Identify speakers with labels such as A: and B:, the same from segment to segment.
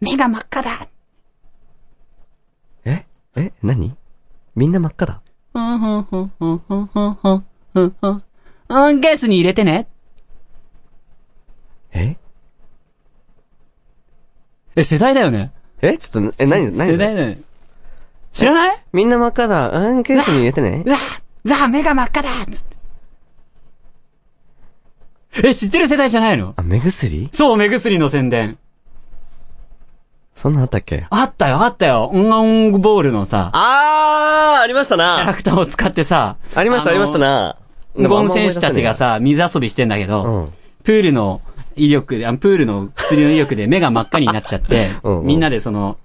A: 目が真っ赤だ。
B: ええ何みんな真っ赤だ。
A: ふんふんふんふんふんふんふんふんふんうん。ケースに入れてね。
B: え
A: え、世代だよね。
B: えちょっと、え、何、何
A: 世
B: それ
A: 代だよね。知らない
B: みんな真っ赤だ。うん、ケースに入れてね
A: う。わうわ目が真っ赤だつって。え、知ってる世代じゃないの
B: あ、目薬
A: そう、目薬の宣伝。
B: そんなんあったっけ
A: あったよ、あったよ。オンオンボールのさ、
B: あー、ありました
A: キャラ
B: な。
A: クターを使ってさ、
B: ありました、あ
A: の
B: りましたな。
A: ゴン選手たちがさ、水遊びしてんだけ
B: う
A: ど、
B: ん。
A: プールの威力で、あプールの薬の威力で目が真っ赤になっちゃって、
B: うんうん
A: みんなでその、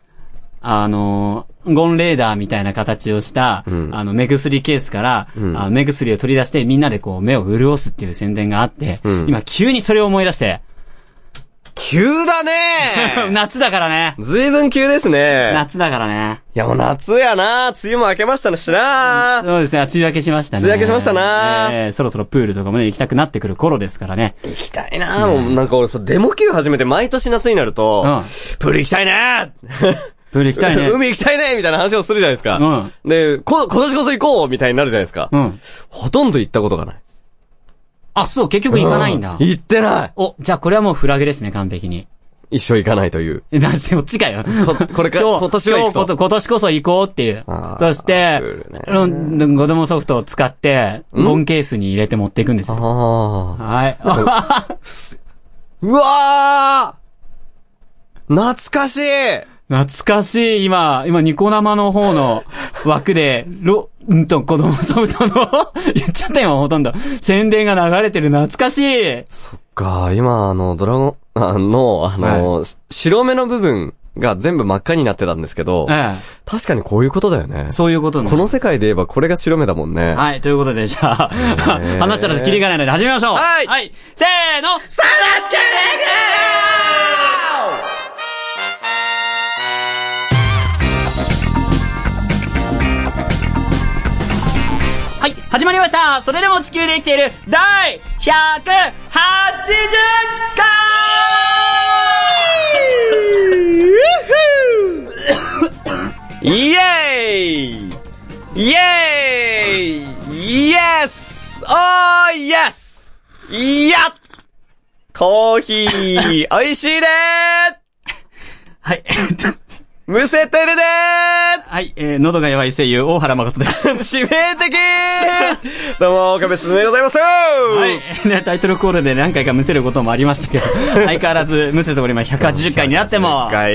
A: あの、ゴンレーダーみたいな形をした、
B: ん
A: あの、目薬ケースから、
B: ん
A: あ目薬を取り出してみんなでこう目を潤すっていう宣伝があって、
B: うん
A: 今急にそれを思い出して、
B: 急だね
A: 夏だからね
B: ずいぶん急ですね。
A: 夏だからね。
B: いやもう夏やな梅雨も明けましたしな
A: そうですね、あ梅雨明けしましたね。
B: 梅雨明けしましたな
A: えーそろそろプールとかもね、行きたくなってくる頃ですからね。
B: 行きたいなもうなんか俺さ、デモ級始めて毎年夏になると、
A: うん
B: プール行きたいね
A: プール行きたい ね。
B: 海行きたいねみたいな話をするじゃないですか。
A: う
B: で、こ、今年こそ行こうみたいになるじゃないですか。
A: うん。
B: ほとんど行ったことがない。
A: あ、そう、結局行かないんだ。
B: 行ってない
A: お、じゃあこれはもうフラグですね、完璧に。
B: 一生行かないという。
A: え、 なんそっちかよ。
B: こ、これから、
A: 今日、
B: 今年は行
A: 今日
B: く。
A: ことと今年こそ行こうっていう
B: あ。ー
A: そして
B: プー、ル
A: うん、子供ソフトを使って、ゴンケースに入れて持っていくんですよ。
B: ああ。
A: はい。
B: うわー懐かしい
A: 懐かしい、今、今、ニコ生の方の枠で、ろ、うんと、子供ソフトの、 言っちゃった今ほとんど。宣伝が流れてる、懐かしい。
B: そっか、今、あの、ドラゴン、あの、あの、し白目の部分が全部真っ赤になってたんですけど、
A: え
B: 確かにこういうことだよね
A: え。。そういうことね
B: この世界で言えばこれが白目だもんね。
A: はい、ということで、じゃあ、
B: ー
A: 話したらキリがないので始めましょう
B: はい
A: はいせーの
B: サラチケレ
A: はい、始まりましたそれでも地球で生きている第180
B: イエーイイエーイイエスおーイエスいやコーヒー、美味しいね
A: 回はい、 えっと、
B: むせてるね
A: はい、えー、喉が弱い声優、大原誠です。 は
B: 致命的どうも、岡部すずめでございますはい。
A: い、ね、タイトルコールで何回かむせることもありました けど、相変わらずむせております。180回になっても
B: 今、回、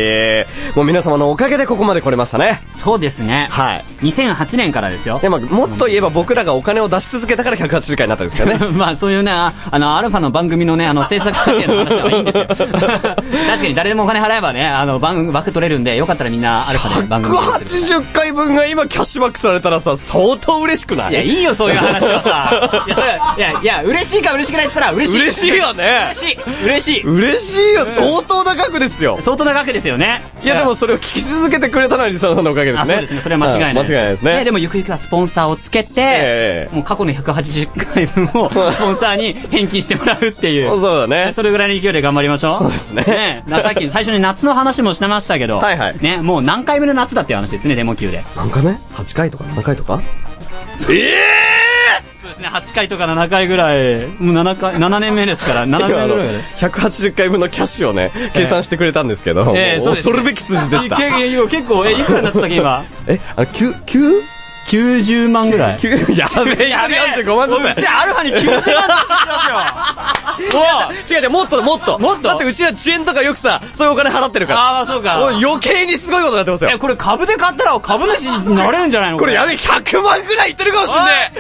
B: もう皆様のおかげでここまで来れましたね。
A: そうですね。
B: はい。
A: 2008年からですよ。
B: で、まあ、もっと言えば僕らがお金を出し続けたから180回になったんです よね。
A: まあそういうね、ああの、アルファの番組のね、あの、制作関係の話はいいんです よ。確かに誰でもお金払えばね、あの、番、枠取れるんで、よかったらみんなアルファで番組見てください
B: 180回分が今キャッシュバックされたらさ、相当嬉しくない
A: いや、いいよ、そういう話はさ。 いや、それいや、いや、嬉しいか嬉しくないって言ったら嬉しい。
B: 嬉しいよね
A: 嬉しい。嬉しい。
B: 嬉しいよ、相当な額ですよ。
A: 相当な額ですよね。
B: いや、でもそれを聞き続けてくれたのはリサさんのおかげ
A: うん、
B: で
A: あ、
B: す
A: そ
B: ね。
A: うですね。それは間違いない
B: うん間違いないですね。
A: でも、ゆくゆくはスポンサーをつけて
B: え、え
A: もう過去の180回分を、スポンサーに返金してもらうっていう。
B: そうだ
A: ね
B: ね。
A: それぐらいの勢いで頑張りましょう。そうです
B: ね
A: さっき最初に夏の話もしてましたけど、
B: はいはい
A: ね、もう何回目の夏だっていう話ですね、デモ級で。
B: 何回目 ?8 回とか何回とか
A: そうですね、8回とか7回ぐらい、もう7回、7年目ですから、7
B: 今
A: 年目
B: あ
A: ぐ
B: の
A: らいで。、
B: 180回分のキャッシュをね、計算してくれたんですけど、もう
A: ええそうです
B: 恐るべき数字でした。
A: いけいけ結構、え、いくらになってたっけ、今。
B: え、あの、9、9?
A: 90万ぐらい。
B: 9? やべえ、145万
A: おいう
B: ず
A: ちアルファに90万出して ますよおい
B: つ。違う違う、もっともっと。
A: もっと
B: だってうちら遅延とかよくさ、そういうお金払ってるから。
A: ああ、そうか。
B: もう余計にすごいことになってますよ
A: え、。これ株で買ったら株主になれるんじゃないの
B: これやべえ、100万ぐらいいってるかもしん
A: は
B: ね
A: い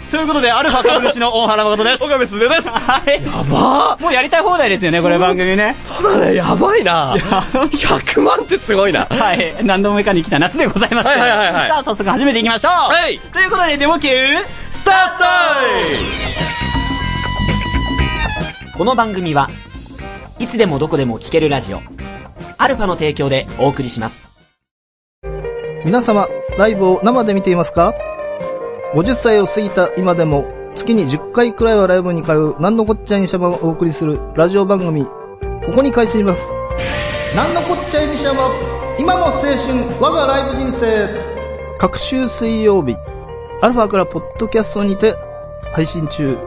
A: えということで、アルファ株主の大原誠で
B: え。
A: す。
B: 岡部すずです。
A: はい。
B: ば
A: もうやりたい放題ですよね、これ番組ね。
B: そうだね、やばいな。100万ってすごいな。
A: はい。何度も以下に来た夏でございます。
B: はいはいはいはい
A: さあ、早速始めていきましょう。
B: はい
A: ということで、デモ級、スタートこの番組は、いつでもどこでも聞けるラジオ、アルファの提供でお送りします。
C: 皆様、ライブを生で見ていますか ?50 歳を過ぎた今でも、月に10回くらいはライブに通う、なんのこっちゃいにしゃばをお送りするラジオ番組、ここに開始します。なんのこっちゃい西山今も青春我がライブ人生各週水曜日アルファからポッドキャストにて配信中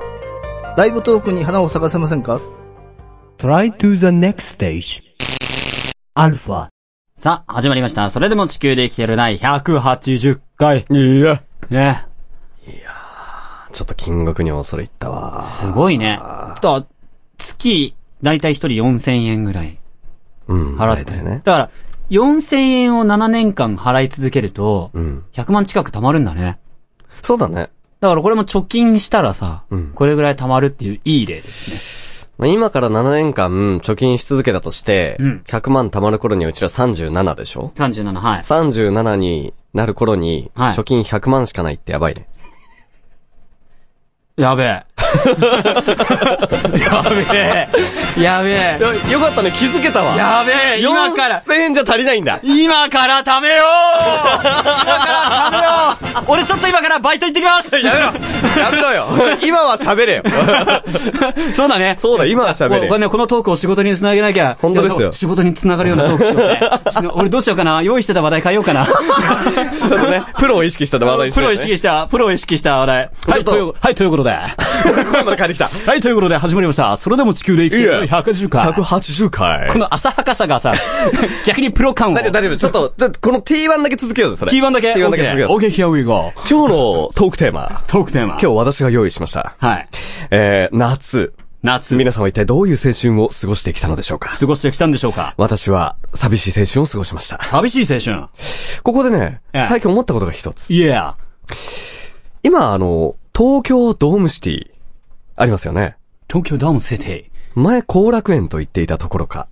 C: ライブトークに花を咲かせませんか
D: Try to the next stage. Alpha.
A: さあ、始まりました。それでも地球で生きてるない180回。
B: いや。
A: ね。
B: ちょっと金額に恐れ入ったわ。
A: すごいね。と、月、だいたい一人4000円ぐらい
B: うん。
A: 払って
B: た
A: る。
B: よね。
A: だから、4000円を7年間払い続けると、
B: うん。
A: 100万近く貯まるんだね。
B: そうだね。
A: だからこれも貯金したらさ、
B: うん
A: これぐらい貯まるっていういい例ですね。
B: まあ今から7年間貯金し続けたとして、
A: うん
B: 100万貯まる頃にうちら37でしょ
A: 37、はい。
B: ?37 になる頃に、
A: はい
B: 貯金100万しかないってやばいね。
A: やべえ。 やべえ。やべえ。
B: よかったね、気づけたわ。
A: やべえ、今から。
B: 1000円じゃ足りないんだ。
A: 今から貯めよ う今から貯めよう俺ちょっと今からバイト行ってきます
B: やめろやめ ろよ今は喋れよ
A: そうだね。
B: そうだ、今は喋
A: もう
B: れ
A: これね、このトークを仕事に繋げなきゃ。
B: 本当ですよ
A: じゃあ仕事に繋がるようなトークしよう ねしの。俺どうしようかな用意してた話題変えようかな。
B: ちょっとね、プロを意識した話題にし
A: プ
B: よう
A: ロを
B: ね
A: 意識した、プロを意識した話題。はい、
B: ちょっと
A: という、はい、ということで。は
B: 今度帰ってきた。
A: い、ということで始まりました。それでも地球で生きて
B: い
A: る
B: や
A: 110回。こ
B: 180回。
A: の浅はかさ がさ、逆にプロ感を。
B: 大丈夫、
A: T1
B: 大丈夫。ちょっと、ちょっとこの T1 だけ続けようぜ、それ。
A: だけ。
B: T1 だけ続け
A: OK
B: よう。
A: OK, here we go.
B: 今日のトークテーマ。
A: トークテーマ。
B: 今日私が用意しました。
A: はい。
B: えー、夏。
A: 夏、
B: 皆さんは一体どういう青春を過ごしてきたのでしょうか
A: 過ごしてきたんでしょうか
B: 私は寂しい青春を過ごしました。
A: 寂しい青春。
B: ここでね、
A: ええ
B: 最近思ったことが一つ。
A: いや、
B: 今、あの、東京ドームシティ、ありますよね。
A: 東京ドームシテ
B: 前、後楽園と言っていたところか。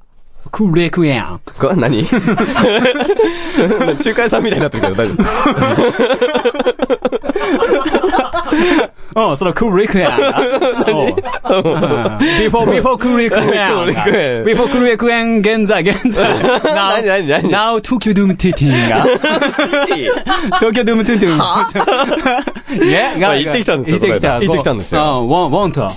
A: ィ、クレクエン。
B: これ何 仲介さんみたいになってるけど大丈夫。
A: うん、そのクールリクエン。ビフォー、ビフォークールリクエン。ビフォークールリクエン、現在、現在。
B: 何何何
A: Now, Tokyo Doom t e t i が。Tokyo Doom t e t i いや、
B: まあ行ってきたんですよ
A: 行ってきた。
B: この間行ってきたんですよ
A: うん、ワン、ワンと。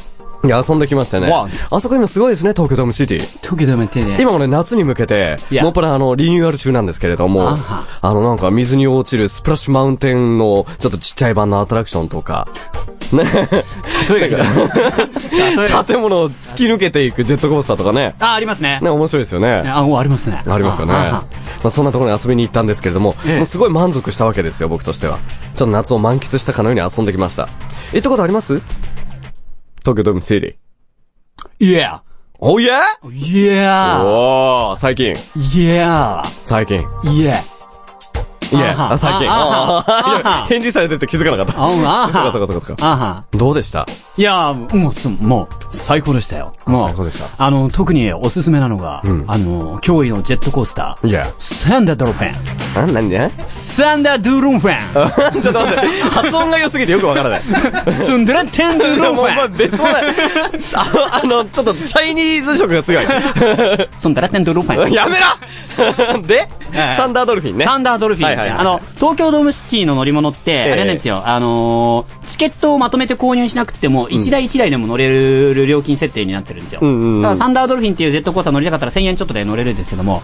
B: いや、遊んできましたね。
A: わん
B: あそこ今すごいですね、東京ドームシティ。
A: Tokyo Doom t e t i
B: 今もね、夏に向けて、
A: いや
B: もっぱらあの、リニューアル中なんですけれども、
A: あ
B: あ
A: は
B: の、なんか水に落ちるスプラッシュマウンテンの、ちょっとちっちゃい版のアトラクションとか、
A: 例えが 来た。例えが。
B: 建物を突き抜けていくジェットコースターとかね、
A: あ、ありますね
B: ね、。面白いですよね。
A: あ、もうありますね。
B: ありますよね。まあ、そんなところに遊びに行ったんですけれども、
A: ええ
B: もうすごい満足したわけですよ、僕としては。ちょっと夏を満喫したかのように遊んできました。行ったことあります東京ドームシティ。
A: いや。
B: おいえ
A: いや。
B: おー、最近。
A: いや。
B: 最近。
A: いや。
B: いえ、
A: あは
B: あ最近。
A: あは
B: あ
A: あ
B: あ
A: はい
B: や返事されてるって気づかなかった。
A: あうんあは
B: そうかそうかそうかそうか。
A: あは。
B: どうでした
A: いやー、もうす、もう、最高でしたよ。もう、
B: 最高でした
A: あの、特におすすめなのが、
B: ん
A: あの、脅威のジェットコースター。
B: いや。
A: サンダードロフェン。
B: あ、なにね
A: サンダードゥルンフェ
B: ちょっと待って。発音が良すぎてよくわからない。
A: ン。スンドラテンドゥル
B: もう、
A: ンフ
B: お
A: ェ
B: 前
A: ン。
B: 別 もない。あの、あの、ちょっとチャイニーズ色が強い。
A: スンドラテンドゥルンフェン。
B: やめろで、
A: ええ
B: サンダードルフィンね。
A: サンダードルフィン、
B: はいはいはい
A: あの、東京ドームシティの乗り物って、
B: え
A: あれなんですよ、あのーチケットをまとめて購入しなくても、1台1台でも乗れる料金設定になってるんですよ。
B: うんうんうん
A: だからサンダードルフィンっていうジェットコースター乗りたかったら1000円ちょっとで乗れるんですけど も、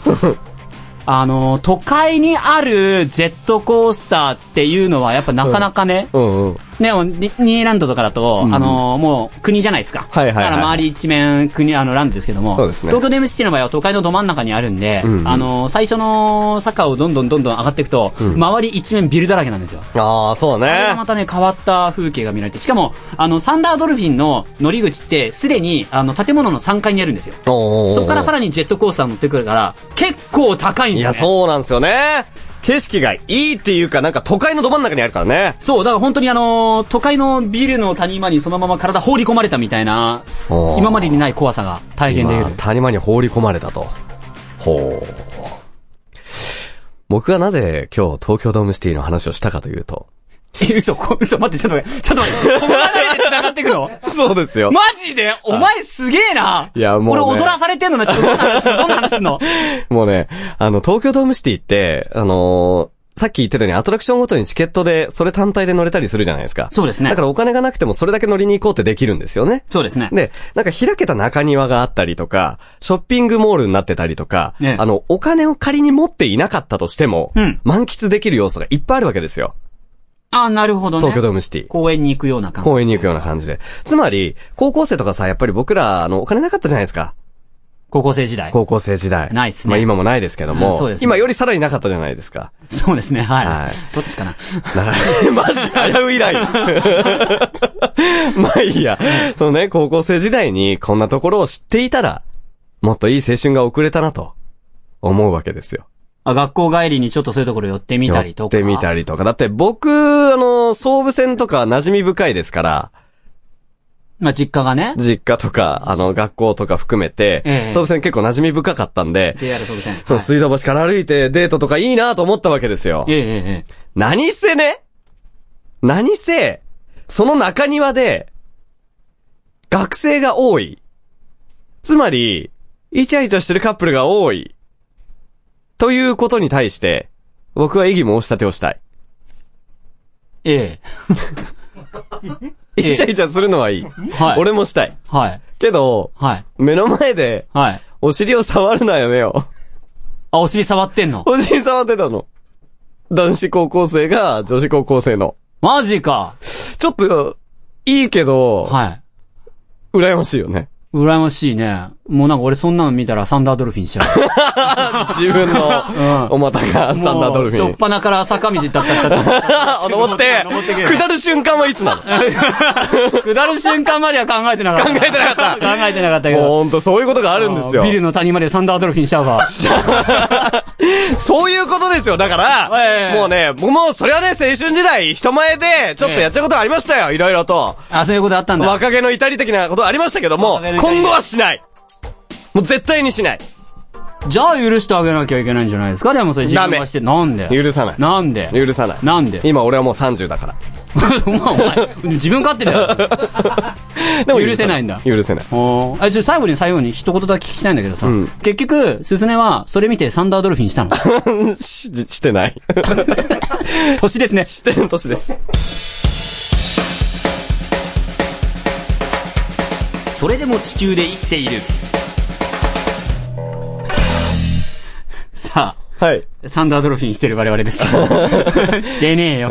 A: あのー都会にあるジェットコースターっていうのはやっぱなかなかね、
B: うんうん。
A: ね、もうニニーランドとかだと、あのーもう国じゃないですか。
B: はいはいはい
A: だから周り一面国、あの、ランドですけども。
B: そうですね
A: 東京デムシティの場合は都会のど真ん中にあるんで、
B: んうん
A: あのー最初の坂をどんどんどんどん上がっていくと、周り一面ビルだらけなんですよ。
B: ああ、そう
A: これが
B: ね
A: ま。たね、変わった風景が見られて。しかも、あの、サンダードルフィンの乗り口って、すでに、あの、建物の3階にあるんですよ。
B: おーおーおー
A: そこからさらにジェットコースター乗ってくるから、結構高いん
B: い
A: ですよ、
B: や、
A: ね。
B: そうなんですよね。景色がいいっていうか、なんか都会のど真ん中にあるからね。
A: そう、だから本当にあのー都会のビルの谷間にそのまま体放り込まれたみたいな
B: お、ー
A: 今までにない怖さが体現でき
B: 今
A: る、。
B: 谷間に放り込まれたと。ほう。僕がなぜ今日東京ドームシティの話をしたかというと。
A: え、嘘、こ嘘、待って、ちょっと待って、ちょっと待って、この流れで繋がってく の
B: そうですよ
A: マジでお前すげえない
B: やもうね
A: 俺踊らされてんのな、ちょっとどんな話すんのどんな話すんの
B: もうね、あの、東京ドームシティって、あのーさっき言ってたようにアトラクションごとにチケットで、それ単体で乗れたりするじゃないですか。
A: そうですね
B: だからお金がなくてもそれだけ乗りに行こうってできるんですよね。
A: そうですね。
B: で、なんか開けた中庭があったりとか、ショッピングモールになってたりとか、
A: ね
B: あの、お金を仮に持っていなかったとしても、
A: うん
B: 満喫できる要素がいっぱいあるわけですよ。
A: あ、なるほどね。
B: 東京ドームシティ。
A: 公園に行くような感じ。
B: 公園に行くような感じで。つまり、高校生とかさ、やっぱり僕ら、あの、お金なかったじゃないですか。
A: 高校生時代。
B: 高校生時代。
A: ないっすね
B: まあ今もないですけど
A: うん
B: も、
A: そうですね
B: 今よりさらになかったじゃないですか。
A: そうですね、はい。
B: はい
A: どっちかな。
B: なマジ、危うい以来。 まあいいや。そのね、高校生時代にこんなところを知っていたら、もっといい青春が送れたなと、思うわけですよ。
A: あ、学校帰りにちょっとそういうところ寄ってみたりとか。
B: やってみた
A: り。
B: りとか。だって僕、あの、総武線とか馴染み深いですから、
A: まあ、実家がね、
B: 実家とか、あの、学校とか含めて、
A: ええ
B: 総武線結構馴染み深かったんで、
A: JR 総武線。
B: その
A: はい
B: 水道橋から歩いてデートとかいいなと思ったわけですよ。
A: えええええ
B: 何せね何せ、その中庭で、学生が多い。つまり、イチャイチャしてるカップルが多い。ということに対して、僕は異議申し立てをしたい。
A: え。えええ
B: イチャイチャするのはいい。
A: はい
B: 俺もしたい。
A: はい。
B: けど、
A: はい。
B: 目の前で、
A: はい。
B: お尻を触るのはやめよ
A: あ、お尻触ってん の
B: う。お尻触ってたの。男子高校生が女子高校生の。
A: マジか。
B: ちょっと、いいけど、
A: はい。
B: 羨ましいよね。
A: 羨ましいね。もうなんか俺そんなの見たらサンダードルフィンしちゃう。
B: 自分の、お股が サンダード
A: もう
B: ルフィ
A: しょっ。
B: ン
A: ぱなから坂道だったったっ
B: あ、登って、
A: 登ってくる
B: 下る瞬間はいつなの考
A: た。 下る瞬間までは考えてなかった。
B: えてなかっ
A: 考えてなかった
B: た。
A: け
B: もう
A: ど。
B: ほんと、そういうことがあるんですよ
A: ビ。ルの谷までサンダードルフィンしちゃう わ。
B: そういうことですよ。だか
A: え
B: ら、
A: え
B: もうね、僕もそれはね、青春時代、人前で、ちょっとやっちゃうことありましたよ。いろいろと。
A: あ、そういうことあったんだ。
B: 若気の至り的なことありましたけども
A: 若気の、至り
B: 今後はしない。もう絶対にしない。
A: じゃあ許してあげなきゃいけないんじゃないですかでもそれ自分がして。なんで
B: 許さない。
A: なんで
B: 許さない。
A: なんで
B: 今俺はもう30だか
A: お前お前自分勝手だよ。
B: ら。でも
A: 許せないんだ
B: 許せない。
A: おーあ、ちょ、最後に最後に一言だけ聞きたいんだけどさ。
B: ん
A: 結局、すすねは、それ見てサンダードルフィン したの。
B: し、してない。
A: 年ですね。
B: してる年です。
E: それでも地球で生きている
A: さ
B: はい。
A: あ、サンダードルフィンしてる我々ですけ ど。してねえよ。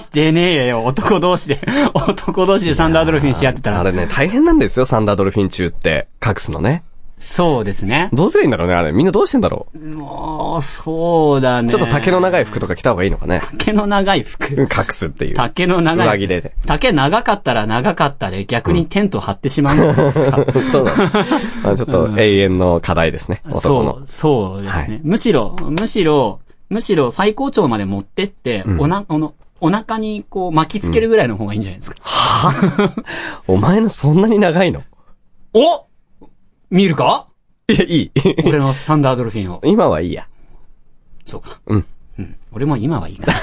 A: してねえよ。男同士で、男同士でサンダードルフィンし合ってた
B: あ
A: ら。
B: れね、大変なんですよ、サンダードルフィン中って。隠すのね。
A: そうですね。
B: どうすりゃいいんだろうね、あれ。みんなどうしてんだろう。
A: もう、そうだね。
B: ちょっと竹の
A: い。
B: 長い服とか着た方がいいのかね。
A: 竹の長い
B: うん
A: 服。
B: 隠すっていう。
A: 竹の長い。
B: 上着でね。
A: 竹長かったら長かったで逆にテント張ってしまうんじゃな いですか。
B: そうだ。まあちょっと永遠の課題ですね、男
A: そ
B: の。
A: う、そうですね。
B: はい
A: むしろ、むしろ、むしろ最高潮まで持ってって、おな、あの、お腹にこう巻きつけるぐらいの方がいいんじゃないですか。
B: お前のそんなに長いの
A: お見るか
B: いや、いい。。
A: 俺のサンダードルフィンを
B: 今はいいや。
A: そうか。
B: うん。
A: うん。俺も今はいいかな。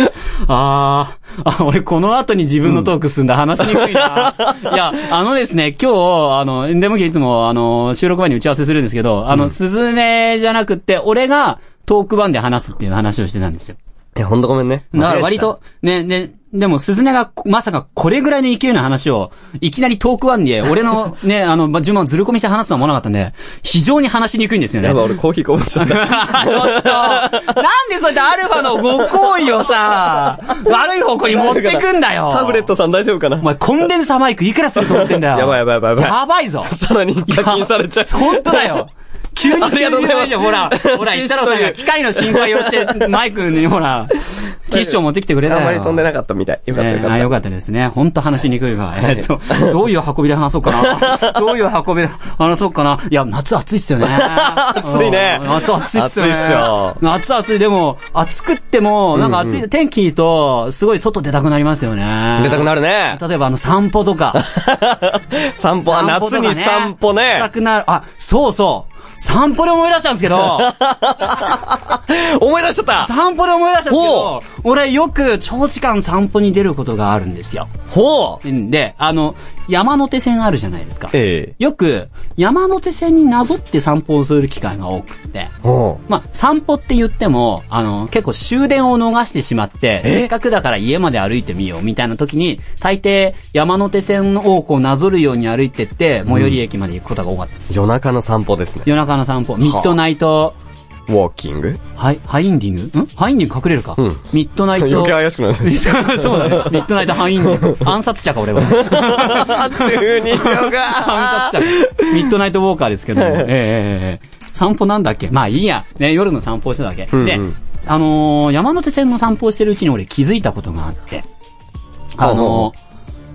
A: あーあ、俺この後に自分のトークすんだ。話しに くいな。いや、あのですね、今日、あの、でもいつも、あの、収録前に打ち合わせするんですけど、あの、すずねじゃなくて、俺がトーク版で話すっていう話をしてたんですよ。
B: いや、ほんとごめんね。
A: な
B: 間違えてた
A: 割。と、ね、ね、でも、鈴音が、まさか、これぐらいの勢いの話を、いきなりトークワン で、俺の、ね、あの、ま順番をずる込みして話すとは思わなかったんで、非常に話しにくいんですよね。ち
B: やばい、
A: ょ
B: 俺コーヒーこぼしちゃった。
A: っと、なんでそうやってアルファのご行為をさ、悪い方向に持ってくんだよ。
B: タブレッ。トさん大丈夫かな
A: お前、コンデンサーマイクいくらすると思ってんだよ。
B: やばいやばいやばいやばい
A: やばいぞ。
B: さらに課金されちゃう。
A: 本当だよ。急に
B: ありがとうございます
A: 90万以上ほら、ほら、一太郎さんが機械の心配をして、マイクにほら、ティッシュを持ってきてくれた
B: あ
A: よ。
B: んまり飛んでなかったみたい。よかったよ
A: えーあ
B: か
A: よ
B: っ
A: かったですね。ほんと話しにくいわ。えーっと、どういう運びで話そうか な。どういう運びで話そうかな。いや、夏暑いっすよね。暑
B: いね
A: 夏暑いっすよね。
B: 暑いっすよ
A: 夏暑い。でも、暑くっても、なんか暑い、天気いいと、すごい外出たくなりますよね
B: た。。出たくなる ね。
A: 例えばあの散歩と か。
B: 散歩は夏に散歩ね
A: した。くなる。あ、そうそう。散歩で思い出したんですけ ど、
B: 思い出しちゃった
A: 散歩で思い出したんですけ
B: ほ
A: ど、俺よく長時間散歩に出ることがあるんですよ。
B: ほう
A: うんで、あの、山手線あるじゃないですか。
B: え
A: よく、山手線になぞって散歩をする機会が多くって。
B: え。お
A: まあ、散歩って言っても、あの、結構終電を逃してしまって、
B: え
A: せっかくだから家まで歩いてみようみたいな時に、大抵山手線をこうなぞるように歩いてって、最寄り駅まで行くことが多かったです。
B: 夜中の散歩ですね。
A: 夜中の散歩、ミッドナイト、
B: ウォーキング
A: はい、ハインディングんハインディング隠れるか。
B: ん
A: ミッドナイト。
B: 余計怪しくなっちゃ
A: ミッド そうだね。ミッドナイトハインディング。暗殺者か、俺は。
B: った。12秒
A: 暗
B: が
A: 殺者か。ミッドナイトウォーカーですけ ども。ええええええ散歩なんだっけまあいいや。ね、夜の散歩をしてたわけ。
B: うんうん
A: で、あのー山手線の散歩をしてるうちに俺気づいたことがあって。あのー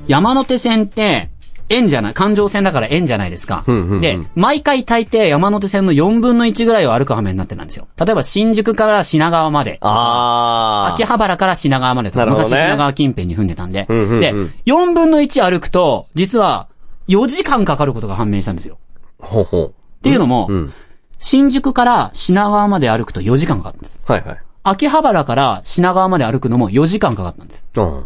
A: 山手線って、円じゃない、環状線だから円じゃないですか。
B: うんうんうん
A: で、毎回大抵山手線の4分の1ぐらいを歩く羽目になってたんですよ。例えば新宿から品川まで。
B: あ
A: 秋葉原から品川までとか、
B: なるほどね
A: 昔品川近辺に踏んでたんで。
B: んうんうん
A: で、4分の1歩くと、実は4時間かかることが判明したんですよ。
B: ー。ほうほ
A: っていうのも、
B: う。うん。
A: 新宿から品川まで歩くと4時間かかったんです。
B: はいはい。
A: 秋葉原から品川まで歩くのも4時間かかったんです。
B: うん。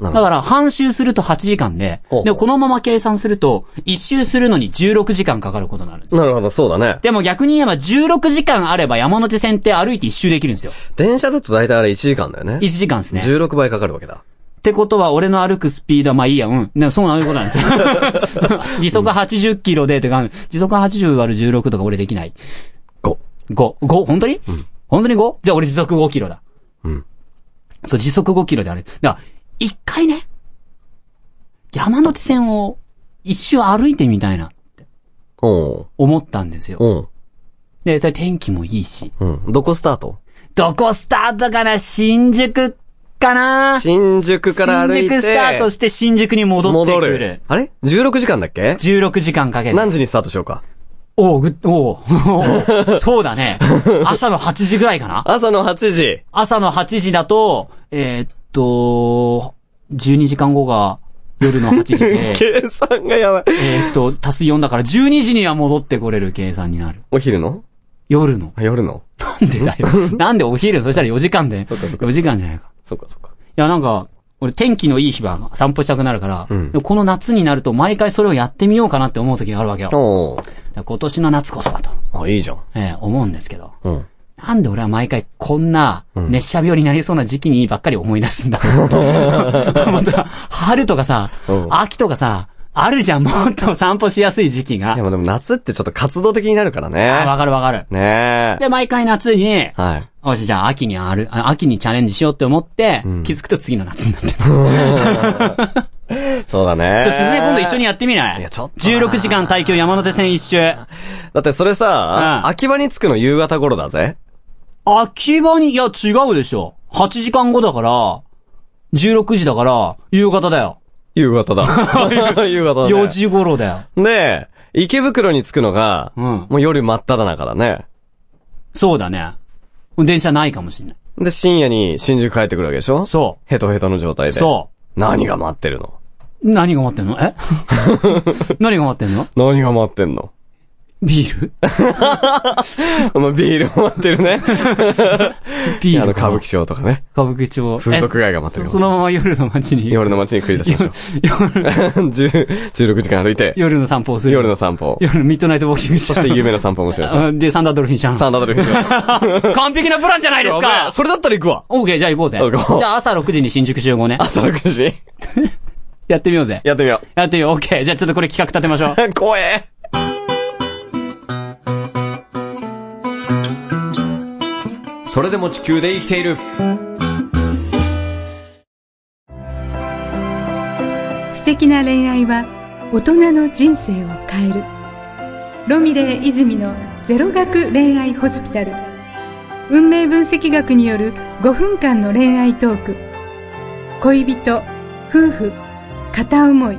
B: なる
A: だ
B: ほど。
A: から、半周すると8時間で
B: ほう、
A: で、このまま計算すると、1周するのに16時間かかることになるんですよ。
B: なるほど、そうだね。
A: でも逆に言えば16時間あれば山手線って歩いて1周できるんですよ。
B: 電車だと大体あれ1時間だよね。
A: 1時間ですね。
B: 16倍かかるわけだ。
A: ってことは、俺の歩くスピードは、まあいいや、うん。でもそういうことなん ですよ。時速80キロで、てか、時速80割る16とか俺できない。
B: 5。
A: 5、5? 本当に、本当に 5? じゃあ俺時速5キロだ。
B: うん。
A: そう、時速5キロである。だから、一回ね、山手線を一周歩いてみたいな、
B: おう
A: 思ったんですよ。
B: おう
A: で、だい天気もいいし。
B: うん。どこスタート
A: どこスタートかな新宿かな
B: 新宿から歩いて。
A: 新宿スタートして新宿に戻ってく
B: 戻
A: る
B: る。。あれ ?16 時間だっけ
A: 16時間かけて。
B: 何時にスタートしようか。
A: おう、ぐ、おう、おう そうだね。朝の8時ぐらいかな
B: 朝の8時。
A: 朝の8時だと、えーっと、12時間後が夜の8時 で、
B: 計算がやばい。
A: えーっと、足す4だから12時には戻ってこれる計算になる。
B: お昼の
A: 夜の。
B: あ夜の
A: なんでだよ。なんでお昼そしたら4時間で。
B: そっかそっか
A: 4時間じゃないか。
B: そっかそっか。
A: いや、なんか、俺天気のいい日は散歩したくなるから、
B: うん
A: でもこの夏になると毎回それをやってみようかなって思う時があるわけよ。だか
B: おう
A: ら今年の夏こそはと、
B: あ、いいじゃん。
A: えー思うんですけど。
B: うん。
A: なんで俺は毎回こんな熱射病になりそうな時期にばっかり思い出すんだ。 本当は春とかさ
B: うん、
A: 秋とかさ、あるじゃん、もっと散歩しやすい時期が
B: で。もでも夏ってちょっと活動的になるから
A: あわ
B: ね。
A: かるわかる。
B: ねえ。
A: で、毎回夏に、
B: はい。
A: よし、じゃあ秋にある、あ秋にチャレンジしようって思って、気づくと次の夏になってる。ちょ、
B: そうだね。
A: 鈴江今度一緒にやってみない
B: いやちょっとな
A: 16時間耐久山手線一周。
B: だってそれさ、
A: うん
B: 秋葉に着くの夕方頃だぜ。
A: 秋葉に、いや違うでしょ。8時間後だから、16時だから、夕方だよ。
B: 夕 方だ。 夕方だ、ね。
A: 4時頃だよ。
B: で、池袋に着くのが、
A: うん
B: もう夜真っ只中だね。
A: そうだね。電車ないかもしんない。
B: で、深夜に新宿帰ってくるわけでしょ
A: そ
B: ヘトヘトの状態
A: う。
B: で。。
A: そう
B: 何が待ってるの
A: う。何が待ってん のえ何が待ってんの
B: 何が待って んの
A: ビール
B: お前ビールも待ってるね。
A: ビー
B: あ
A: ル
B: の、
A: か
B: 歌
A: な。
B: 舞伎町とかね。
A: 歌舞伎町。
B: 風俗街が待って
A: え
B: る
A: そそのまま夜の街に。
B: 夜の街に繰り出しましょう。
A: 夜
B: 10 16時間歩いて、
A: 夜の散歩をする。
B: 夜の散歩。
A: 夜のミッドナイトウォーキングそ
B: そして夢の散歩もしましょう。
A: で、サンダードルフィンシャン。
B: サンダードルフィンですか
A: 完璧なプランじゃないですか
B: それだったら行くわ
A: オーケー、じゃあ行こうぜ。
B: 行こう
A: じゃあ朝6時に新宿集合ね。
B: 朝6時。
A: やってみようぜ。
B: やってみよ
A: やってみよう。オーケー。じゃあちょっとこれ企画立てましょう。
B: う。 怖え。
E: それでも地球で生きている
F: 素敵な恋愛は大人の人生を変えるロミレー泉のゼロ学恋愛ホスピタル運命分析学による5分間の恋愛トーク恋人夫婦片思い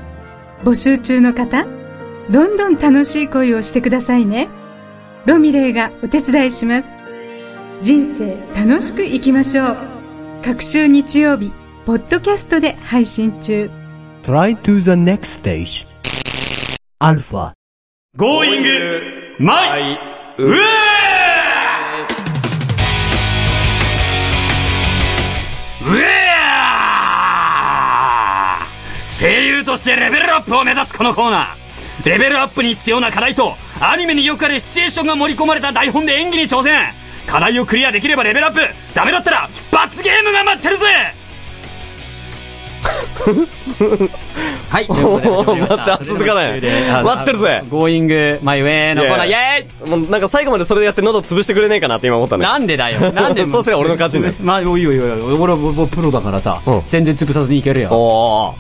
F: 募集中の方どんどん楽しい恋をしてくださいねロミレーがお手伝いします人生楽しく生きましょう各週日曜日ポッドキャストで配信中
D: Try to the next stage. Alpha.
B: ゴーイング、マイ、ウェ
E: うえー声優としてレベルアアップを目指すこのコーナーレベルアップに必要な課題とアニメによくあるシチュエーションが盛り込まれた台本で演技に挑戦課題をクリアできればレベルアップダメだったら罰ゲームが待ってるぜはい、ということで
B: おー
E: 始まりした
B: また続かない
A: それでは終了で
B: 待ってるぜ
A: Going my way のコーナー、イ
B: いや
A: ェーイ
B: もうなんか最後までそれでやって喉潰してくれねえかなって今思ったね。
A: なんでだ よ。なんで
B: そうすれば俺の勝ちね
A: まあ、おいおいおいおい、俺はもうもうプロだからさ
B: うん、
A: 全然潰さずにいけるよ。
B: お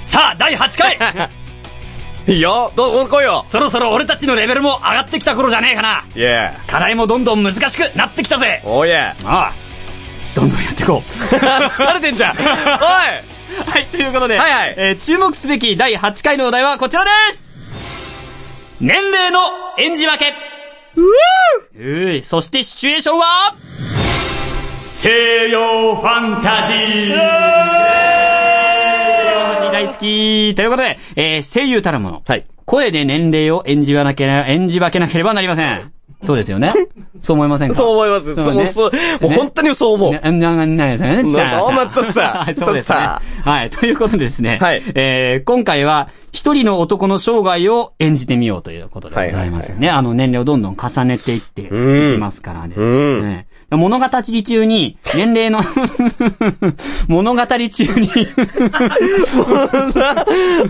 E: さあ、第8回
B: ー。いいよどう、来いよ
E: そろそろ俺たちのレベルも上がってきた頃じゃねえかな
B: イェー。
E: 課題もどんどん難しくなってきたぜ
B: おーイェー。
E: ああ、どんどんやっていこう。
B: 疲れてんじゃんおい
A: はい、ということで、
B: はいはい
A: えー注目すべき第8回のお題はこちらです年齢の演じ分けうぅーそしてシチュエーションは
E: 西洋ファンタジー
A: 私大好きということで、えー声優たるもの。
B: はい。
A: 声で年齢を演じ分けな、 演じ分けなければなりません。そうですよね そう思いませんか
B: そう思います。
A: そ
B: そうう、
A: ね
B: そう、もう本当にそう思う。
A: な、な、な、なんですよね。
B: なそうまたさ
A: はいそうですね。
B: さ
A: はい。ということでですね。
B: はい
A: えー今回は、一人の男の生涯を演じてみようということでございますよね。あの、年齢をどんどん重ねていっていきますからね。
B: うん
A: ね物語中に、年齢の、物語中に、
B: さ、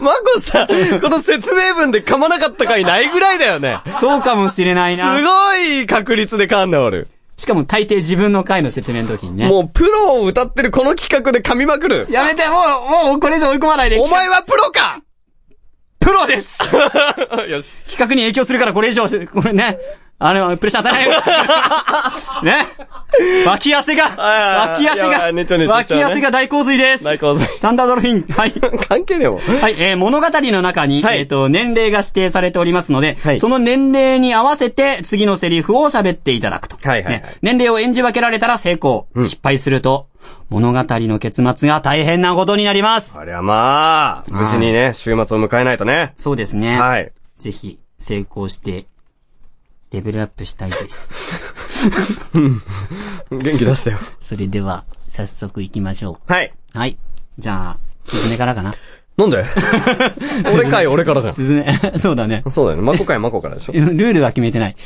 B: マコさん、この説明文で噛まなかった回ないぐらいだよね。
A: そうかもしれない
B: す
A: な。
B: ごい確率で噛んでおる。
A: しかも大抵自分の回の説明の時にね。
B: もうプロを歌ってるこの企画で噛みまくる。
A: やめて、もう、もうこれ以上追い込まないで
B: お前はプロか
A: プロです
B: よし。
A: 企画に影響するからこれ以上、これね、あれはプレッシャー与え ないよね脇汗が、
B: あー
A: 脇汗
B: いや
A: が、
B: ネチョネチョし
A: 脇
B: ちゃうね
A: 汗が大洪水です。
B: 大洪水
A: サンダードルフィン。はい。
B: 関係ねえもん。
A: はい、えー、物語の中に、
B: はい
A: えっ、と、年齢が指定されておりますので、
B: はい
A: その年齢に合わせて次のセリフを喋っていただくと。
B: はいはいはい
A: ね年齢を演じ分けられたら成功。失敗すると、物語の結末が大変なことになります。
B: ありゃまあ、無事にね、週末を迎えないとね。
A: そうですね。
B: はい。
A: ぜひ、成功して、レベルアップしたいです。
B: 元気出したよ。
A: それでは、早速行きましょ
B: はい。
A: う。はい。じゃあ、すずめからかな。
B: なん で俺かい、俺からじゃん。
A: すずめ、 そうだね。
B: そうだよね。マコかい、マコからでしょ。
A: ルールは決めてない。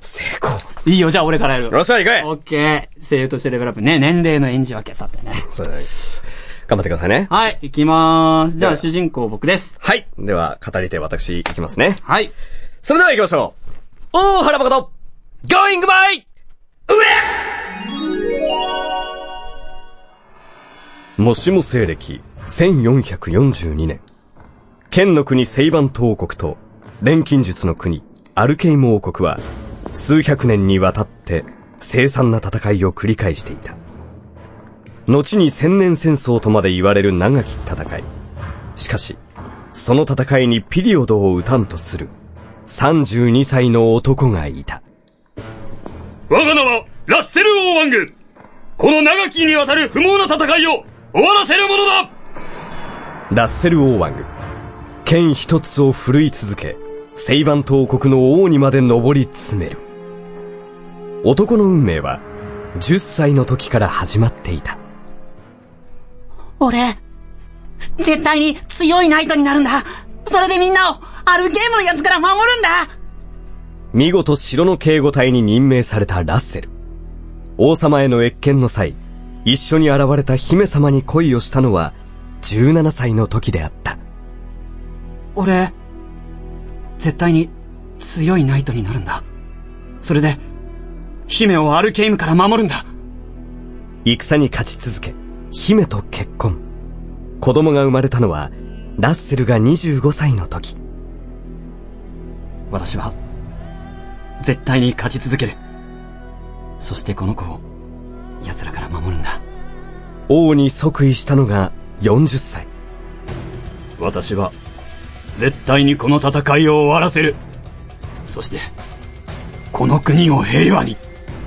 B: 成功。
A: いいよ、じゃあ俺からやる
B: よっしゃ、行
A: オ
B: け
A: ッケー。声優としてレベルアップね。年齢の演じ分け、さてね。
B: そうだね。頑張ってくださいね。
A: はい、行きまーす。じゃ
B: は
A: あ、
B: い
A: 主人公僕です。
B: はい。では、語り手私、いきますね。
A: はい。
B: それでは行きましょう。大原誠、Going by! 上もしも西暦1442年、剣の国西番東王国と錬金術の国アルケイム王国は数百年にわたって凄惨な戦いを繰り返していた。後に千年戦争とまで言われる長き戦い。しかし、その戦いにピリオドを打たんとする32歳の男がいた。
E: 我が名は、ラッセル王ワングこの長きにわたる不毛な戦いを終わらせるものだ
B: ラッセル・オーワング。剣一つを振るい続け、西番東国の王にまで上り詰める。男の運命は、10歳の時から始まっていた。
G: 俺、絶対に強いナイトになるんだ。それでみんなを、あるゲームのやつから守るんだ。
B: 見事城の警護隊に任命されたラッセル。王様への越見の際、一緒に現れた姫様に恋をしたのは、17歳の時であった。
A: 俺、絶対に強いナイトになるんだ。それで、姫をアルケイムから守るんだ。
B: 戦に勝ち続け、姫と結婚。子供が生まれたのは、ラッセルが25歳の時。
A: 私は、絶対に勝ち続ける。そしてこの子を、奴らから守るんだ。
B: 王に即位したのが40歳。
E: 私は、絶対にこの戦いを終わらせる。そして、この国を平和に。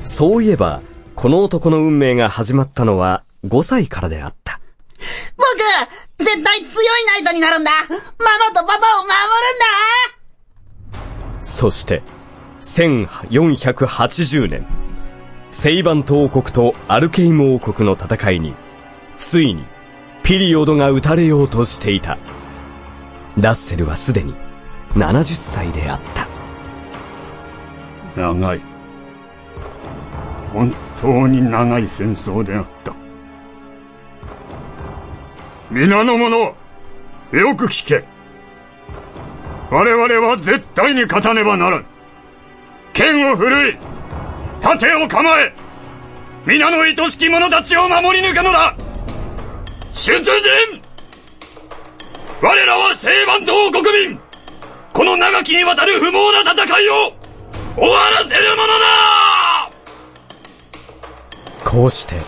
B: そういえば、この男の運命が始まったのは5歳からであった。
G: 僕、絶対強いナイトになるんだ。ママとパパを守るんだ。
B: そして、1480年、西番東国とアルケイム王国の戦いに、ついに、ピリオドが打たれようとしていた。ラッセルはすでに70歳であった。
A: 長い。本当に長い戦争であった。皆の者、よく聞け。我々は絶対に勝たねばならん。剣を振るい、盾を構え、皆の愛しき者たちを守り抜くのだ出陣我らは聖万島国民この長きにわたる不毛な戦いを終わらせるものだ
B: こうして、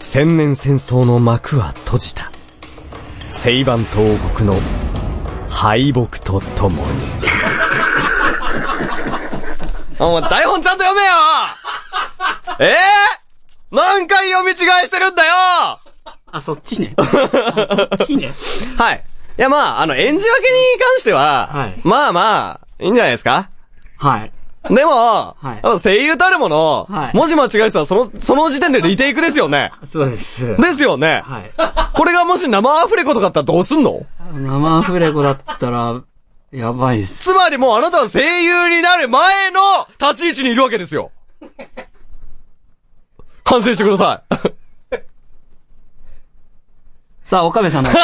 B: 千年戦争の幕は閉じた。西番東国の敗北とともに。 お前台本ちゃんと読めよええ何回読み違いしてるんだよは
H: あ、そっち ね。あ、そっちね。
B: い。いや、まあ、あの、演じ分けに関しては、
H: はい
B: まあまあ、いいんじゃないですか
H: はい。
B: でも、
H: い
B: やっぱ声優たるもの、
H: はい
B: 文字間違えてたらその、その時点でリテイクです よね。
H: そうです。
B: ですよね。
H: はい。
B: これがもし生アフレコとかだったらどうすんの
H: 生アフレコだったら、やばいっす。
B: つまりもうあなたは声優になる前の立ち位置にいるわけですよ。 反省してください。
H: さあ、岡部さん の。さ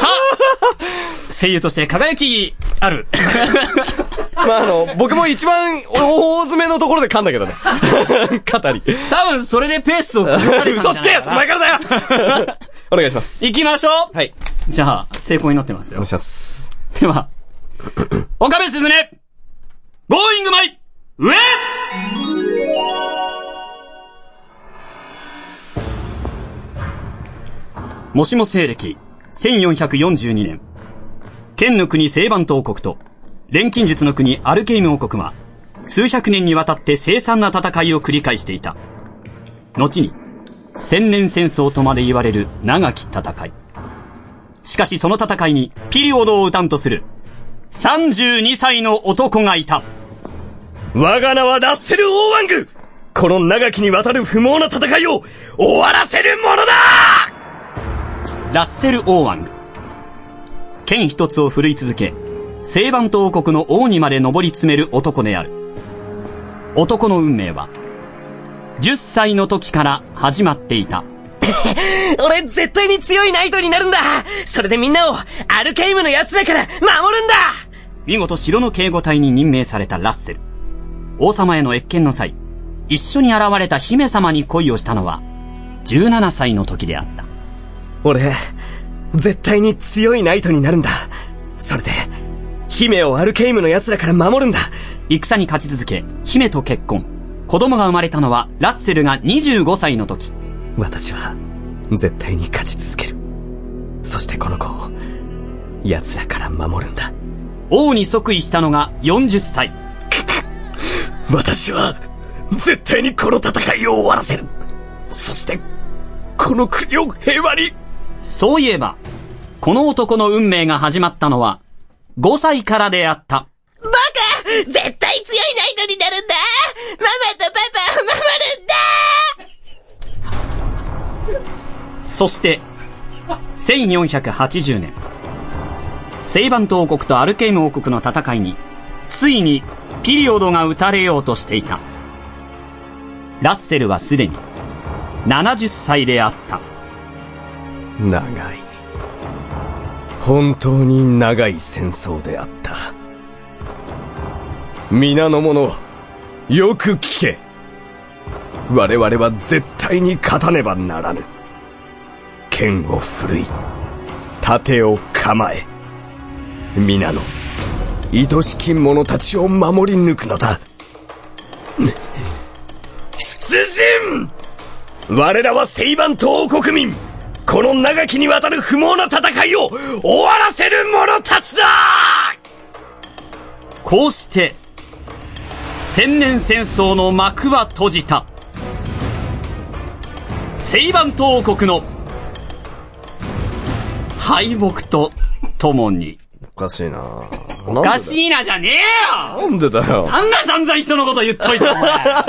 H: あ声優として輝きある。
B: まああの、僕も一番大詰めのところで噛んだけどね。 語り。
H: 多分それでペースを崩されたんじゃ な
B: 嘘つ
H: い
B: け
H: かな
B: 前からだよ お願いします。
H: 行きましょう
B: はい。
H: じゃあ、成功になってますよ。
B: します。
H: で は、
A: 岡部すずねゴーイングマイ上もしも西暦1442年、剣の国西番島国と、錬金術の国アルケイム王国は、数百年にわたって凄惨な戦いを繰り返していた。後に、千年戦争とまで言われる長き戦い。しかしその戦いに、ピリオドを打たんとする、32歳の男がいた。
B: 我が名はラッセル・オーワングこの長きにわたる不毛な戦いを終わらせるものだ
A: ラッセル・オーワング。剣一つを振るい続け、西番島王国の王にまで上り詰める男である。男の運命は、10歳の時から始まっていた。
G: 俺絶対に強いナイトになるんだそれでみんなをアルケイムの奴らから守るんだ
A: 見事城の警護隊に任命されたラッセル。王様への謁見の際、一緒に現れた姫様に恋をしたのは、17歳の時であった。
G: 俺、絶対に強いナイトになるんだそれで、姫をアルケイムの奴らから守るんだ
A: 戦に勝ち続け、姫と結婚。子供が生まれたのは、ラッセルが25歳の時。
G: 私は、絶対に勝ち続ける。そしてこの子を、奴らから守るんだ。
A: 王に即位したのが40歳。
G: 私は、絶対にこの戦いを終わらせる。そして、この国を平和に。
A: そういえば、この男の運命が始まったのは、5歳からであった。
G: 絶対強いナイトになるんだママとパパを守るんだ
A: そして、1480年、西番島王国とアルケイム王国の戦いに、ついにピリオドが打たれようとしていた。ラッセルはすでに、70歳であった。
B: 長い。本当に長い戦争であった。皆の者、よく聞け。我々は絶対に勝たねばならぬ。剣を振るい、盾を構え、皆の、愛しき者たちを守り抜くのだ。出陣我らは西番島国民この長きにわたる不毛な戦いを終わらせる者たちだ
A: こうして、千年戦争の幕は閉じた。西番島王国の敗北とともに。
B: おかしいなぁお
I: おかしいなじゃねえよ
B: なんでだよ。
A: あんな散々人のこと言っといて、お 前。年齢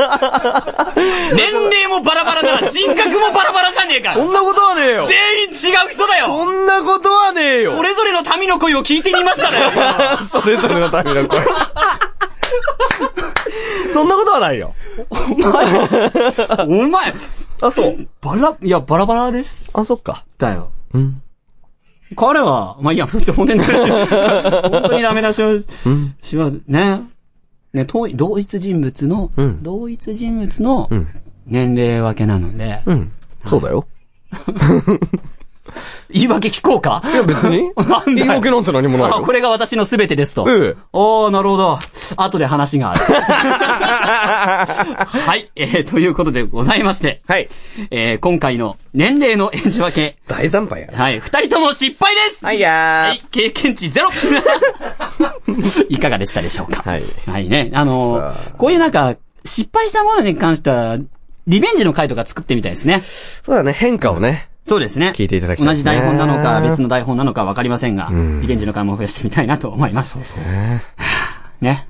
A: もバラバラだから人格もバラバラじゃねえか
B: そんなことはねえよ
A: 全員違う人だよ
B: そんなことはねえよ
A: それぞれの民の声を聞いてみましたね
B: それぞれの民の声。そんなことはないよ。
A: お前、
B: あ、そう。
A: バラ、いや、バラバラです。
B: あ、そっか。
A: だよ。うん。彼は、まあ、いや、普通本当に、 本当にダメ出しをししは、ね。ね、同一同一人物の、
B: ん
A: 同一人物の、年齢分けなので、
B: うん。そう だよ。
A: 言い訳聞こうか
B: い や、別に。
A: なんだ
B: 言い
A: よ
B: 訳なんて何もない
A: あ、
B: よ
A: こ。れが私の全てですと。
B: ええ
A: おー、なるほど。後で話がある。 はい、えー、ということでございまして、
B: はい。
A: えー、今回の年齢の演じ分け、
B: 大惨敗やな。
A: はい、二人とも失敗です
B: はいや
A: はい、経験値 ゼロいかがでしたでしょうか
B: はい
A: はいね。あの
B: さあ
A: こういうなんか、失敗したものに関しては、リベンジの回とか作ってみたいですね。
B: そうだね、変化をね。
A: そうですね。
B: 聞いていただきたいで
A: 同
B: す
A: じ
B: ね
A: 台本なのか、別の台本なのかわかりませんが、リベンジの回も増やしてみたいなと思います。そうですね。 ね。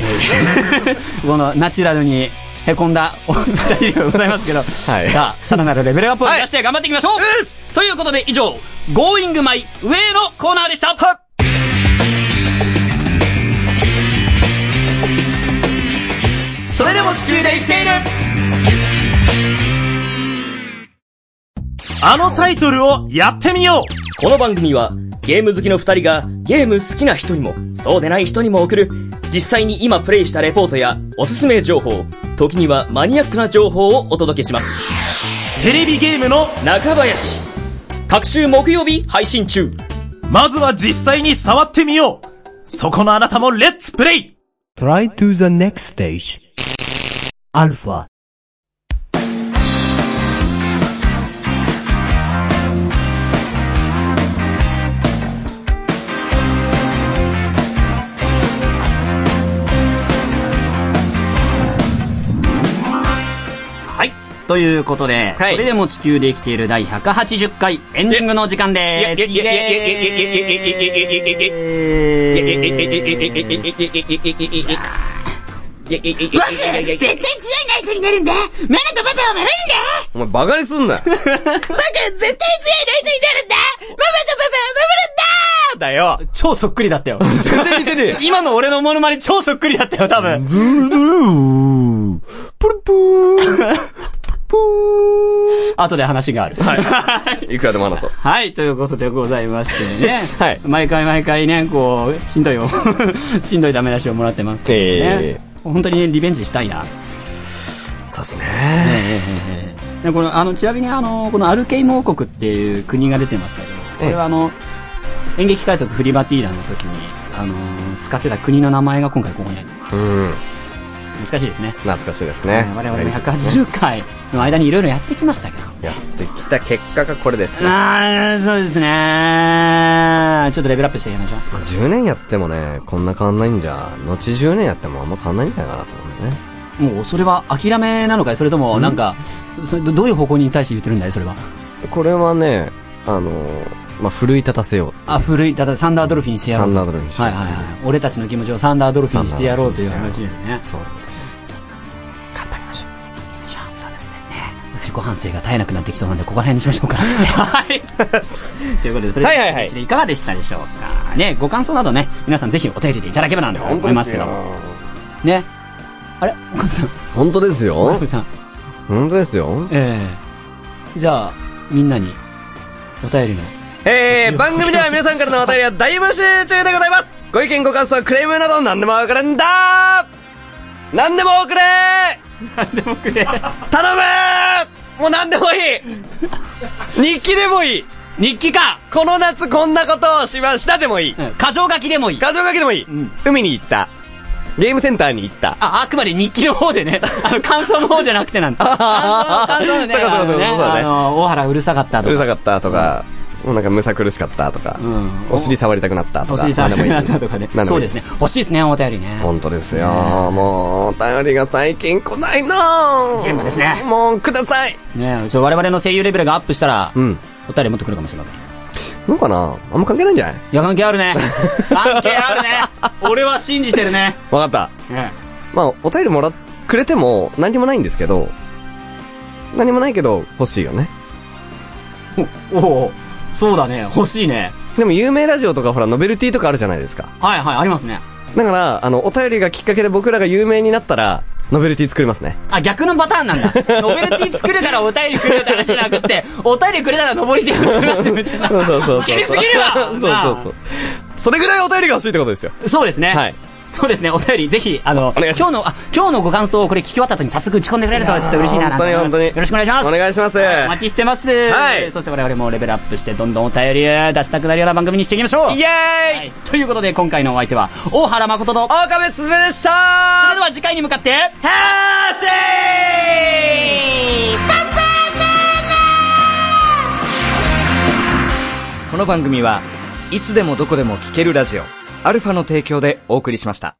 A: えーこのナチュラルに凹んだお二人でございますけど、
B: い
A: さあ、さらなるレベルアップを目指して頑張っていきましょう、ということで以上、Going My Way のコーナーでしたそれでも地球で生きている
J: あのタイトルをやってみよう
K: この番組はゲーム好きの二人がゲーム好きな人にもそうでない人にも送る実際に今プレイしたレポートやおすすめ情報時にはマニアックな情報をお届けします
J: テレビゲームの、
K: 中林各週木曜日配信中
J: まずは実際に触ってみようそこのあなたもレッツプレイ
D: Try to the next stage. Alpha.
A: はい。ということで、
B: はい
A: それでも地球で生きている第180回エンディングの時間です。イエーイ
G: 僕絶対強いナイトになるんだママとパパを守るんだ
B: お前バカにすんなよ。
G: 僕絶対強いナイトになるんだママとパパを守るんだ
B: だよ。
A: 超そっくりだったよ。
B: 全然似てねえよ。
A: 今の俺のモノマネ超そっくりだったよ、多分。後で話がある。
B: いくらでも話そう。
A: はい、ということでございましてね。
B: はい
A: 毎回毎回ね、こう、しんどいよ。しんどいダメ出しをもらってますけどね。
B: え
A: 本当にね、リベンジしたいな。
B: そうっす
A: え
B: ね。
A: えええこのあのちなみにあのこのアルケイム王国っていう国が出てましたけど、これはあの演劇海賊フリバティーランの時にあの使ってた国の名前が今回ここにある。
B: うん。
A: 難しいですね。
B: 懐かしいですね。
A: 我々も180回の間にいろいろやってきましたけど。
B: やってきた結果がこれです ね。
A: ああ、そうですね。ちょっとレベルアップしていきましょう。
B: まあ10年やってもね、こんな変わんないんじゃ、後10年やってもあんま変わんないんじゃないかなと思うんだよね。
A: もうそれは諦めなのかいそれともなんか、それどどういう方向に対して言ってるんだいそれは。
B: これはね、あのー、まあ、奮い立たせよう。
A: あ、古い、ただサンダードルフィンしてやろ
B: サ
A: う
B: ン
A: と。
B: ダードルにして。
A: はいはいはい。俺たちの気持ちをサンダードルフィンにしてやろうという話ですね。
B: そうです。
A: 頑張りましょう。いや、そうですね。自己反省が絶えなくなってきそうなんで、ここら辺にしましょうか。はい。 ということで、それ
B: はいはいはい
A: いかがでしたでしょうか。ね、ご感想などね、皆さんぜひお便りでいただければなんて思いますけど。ね。あれ岡部さん、
B: 本当です
A: 岡
B: よ
A: 部。さん、
B: 本当ですよ。
A: ええじゃあ、みんなに、お便りの、
B: えー、番組では皆さんからのお便りは大募集中でございますご意見ご感想、クレームなど何でも送るんだ何でも送れ何でもくれ頼むもう何でもいい日記でもいい
A: 日記か、
B: この夏こんなことをしましたでもいい
A: うん、箇条書きでもいい。
B: 画像書きでもいい、海に行った。ゲームセンターに行った。
A: あ、あくまで日記の方で ね。あの、感想の方じゃなくてなんだ。感想の
B: そうかそうかそう
A: ね。
B: かそうだね
A: あの、大原うるさかったと
B: う
A: か。
B: るさかったとか、もうなんかむさ苦しかったとか、
A: うん
B: お尻触りたくなったと
A: お
B: か。
A: 尻触りたくなったとかね
B: 何でもいい。
A: そうですね。。欲しいですね、お便りね。
B: 本当ですよ。もう、お便りが最近来ないな
A: 全部ですね
B: もう、ください。
A: ねちょ、我々の声優レベルがアップしたら、
B: うん。
A: お便り持ってくるかもしれません。
B: どうかなあんま関係ないんじゃない
A: いや、関係ある ね。関係あるね。俺は信じてるね。
B: わかった。まあ、お便りもら、くれても何にもないんですけど、何もないけど欲しいよね。
A: おおそうだね。欲しいね。
B: でも有名ラジオとかほら、ノベルティとかあるじゃないですか。
A: はいはい、ありますね。
B: だから、あの、お便りがきっかけで僕らが有名になったら、ノベルティ作ります ね。
A: あ、逆のパターンなん だ。ノベルティ作れたらお便りくれよって話じゃなくて、お便りくれたら登り手を作るやつみたいな。
B: そうそうそうそう。
A: 切りすぎるわ
B: そうそうそう。それぐらいお便りが欲しいってことですよ。
A: そうですね。
B: はい。
A: そうですね、お便り、ぜひ、あの、今日の、あ、今日のご感想をこれ聞き終わった後に早速打ち込んでくれると、ちょっと嬉しいな、
B: 本当に本当に。よ
A: ろしくお願いします。
B: お願いします。
A: お待ちしてます。
B: はい
A: そして我々もレベルアップして、どんどんお便りを出したくなるような番組にしていきましょう
B: イエーイ
A: はいということで、今回のお相手は、大原誠と、
B: 岡部すずめでし
A: そ
B: た
A: れでは次回に向かって、ハッシー
L: この番組はいつでもどこでも聴けるラジオアルファの提供でお送りしました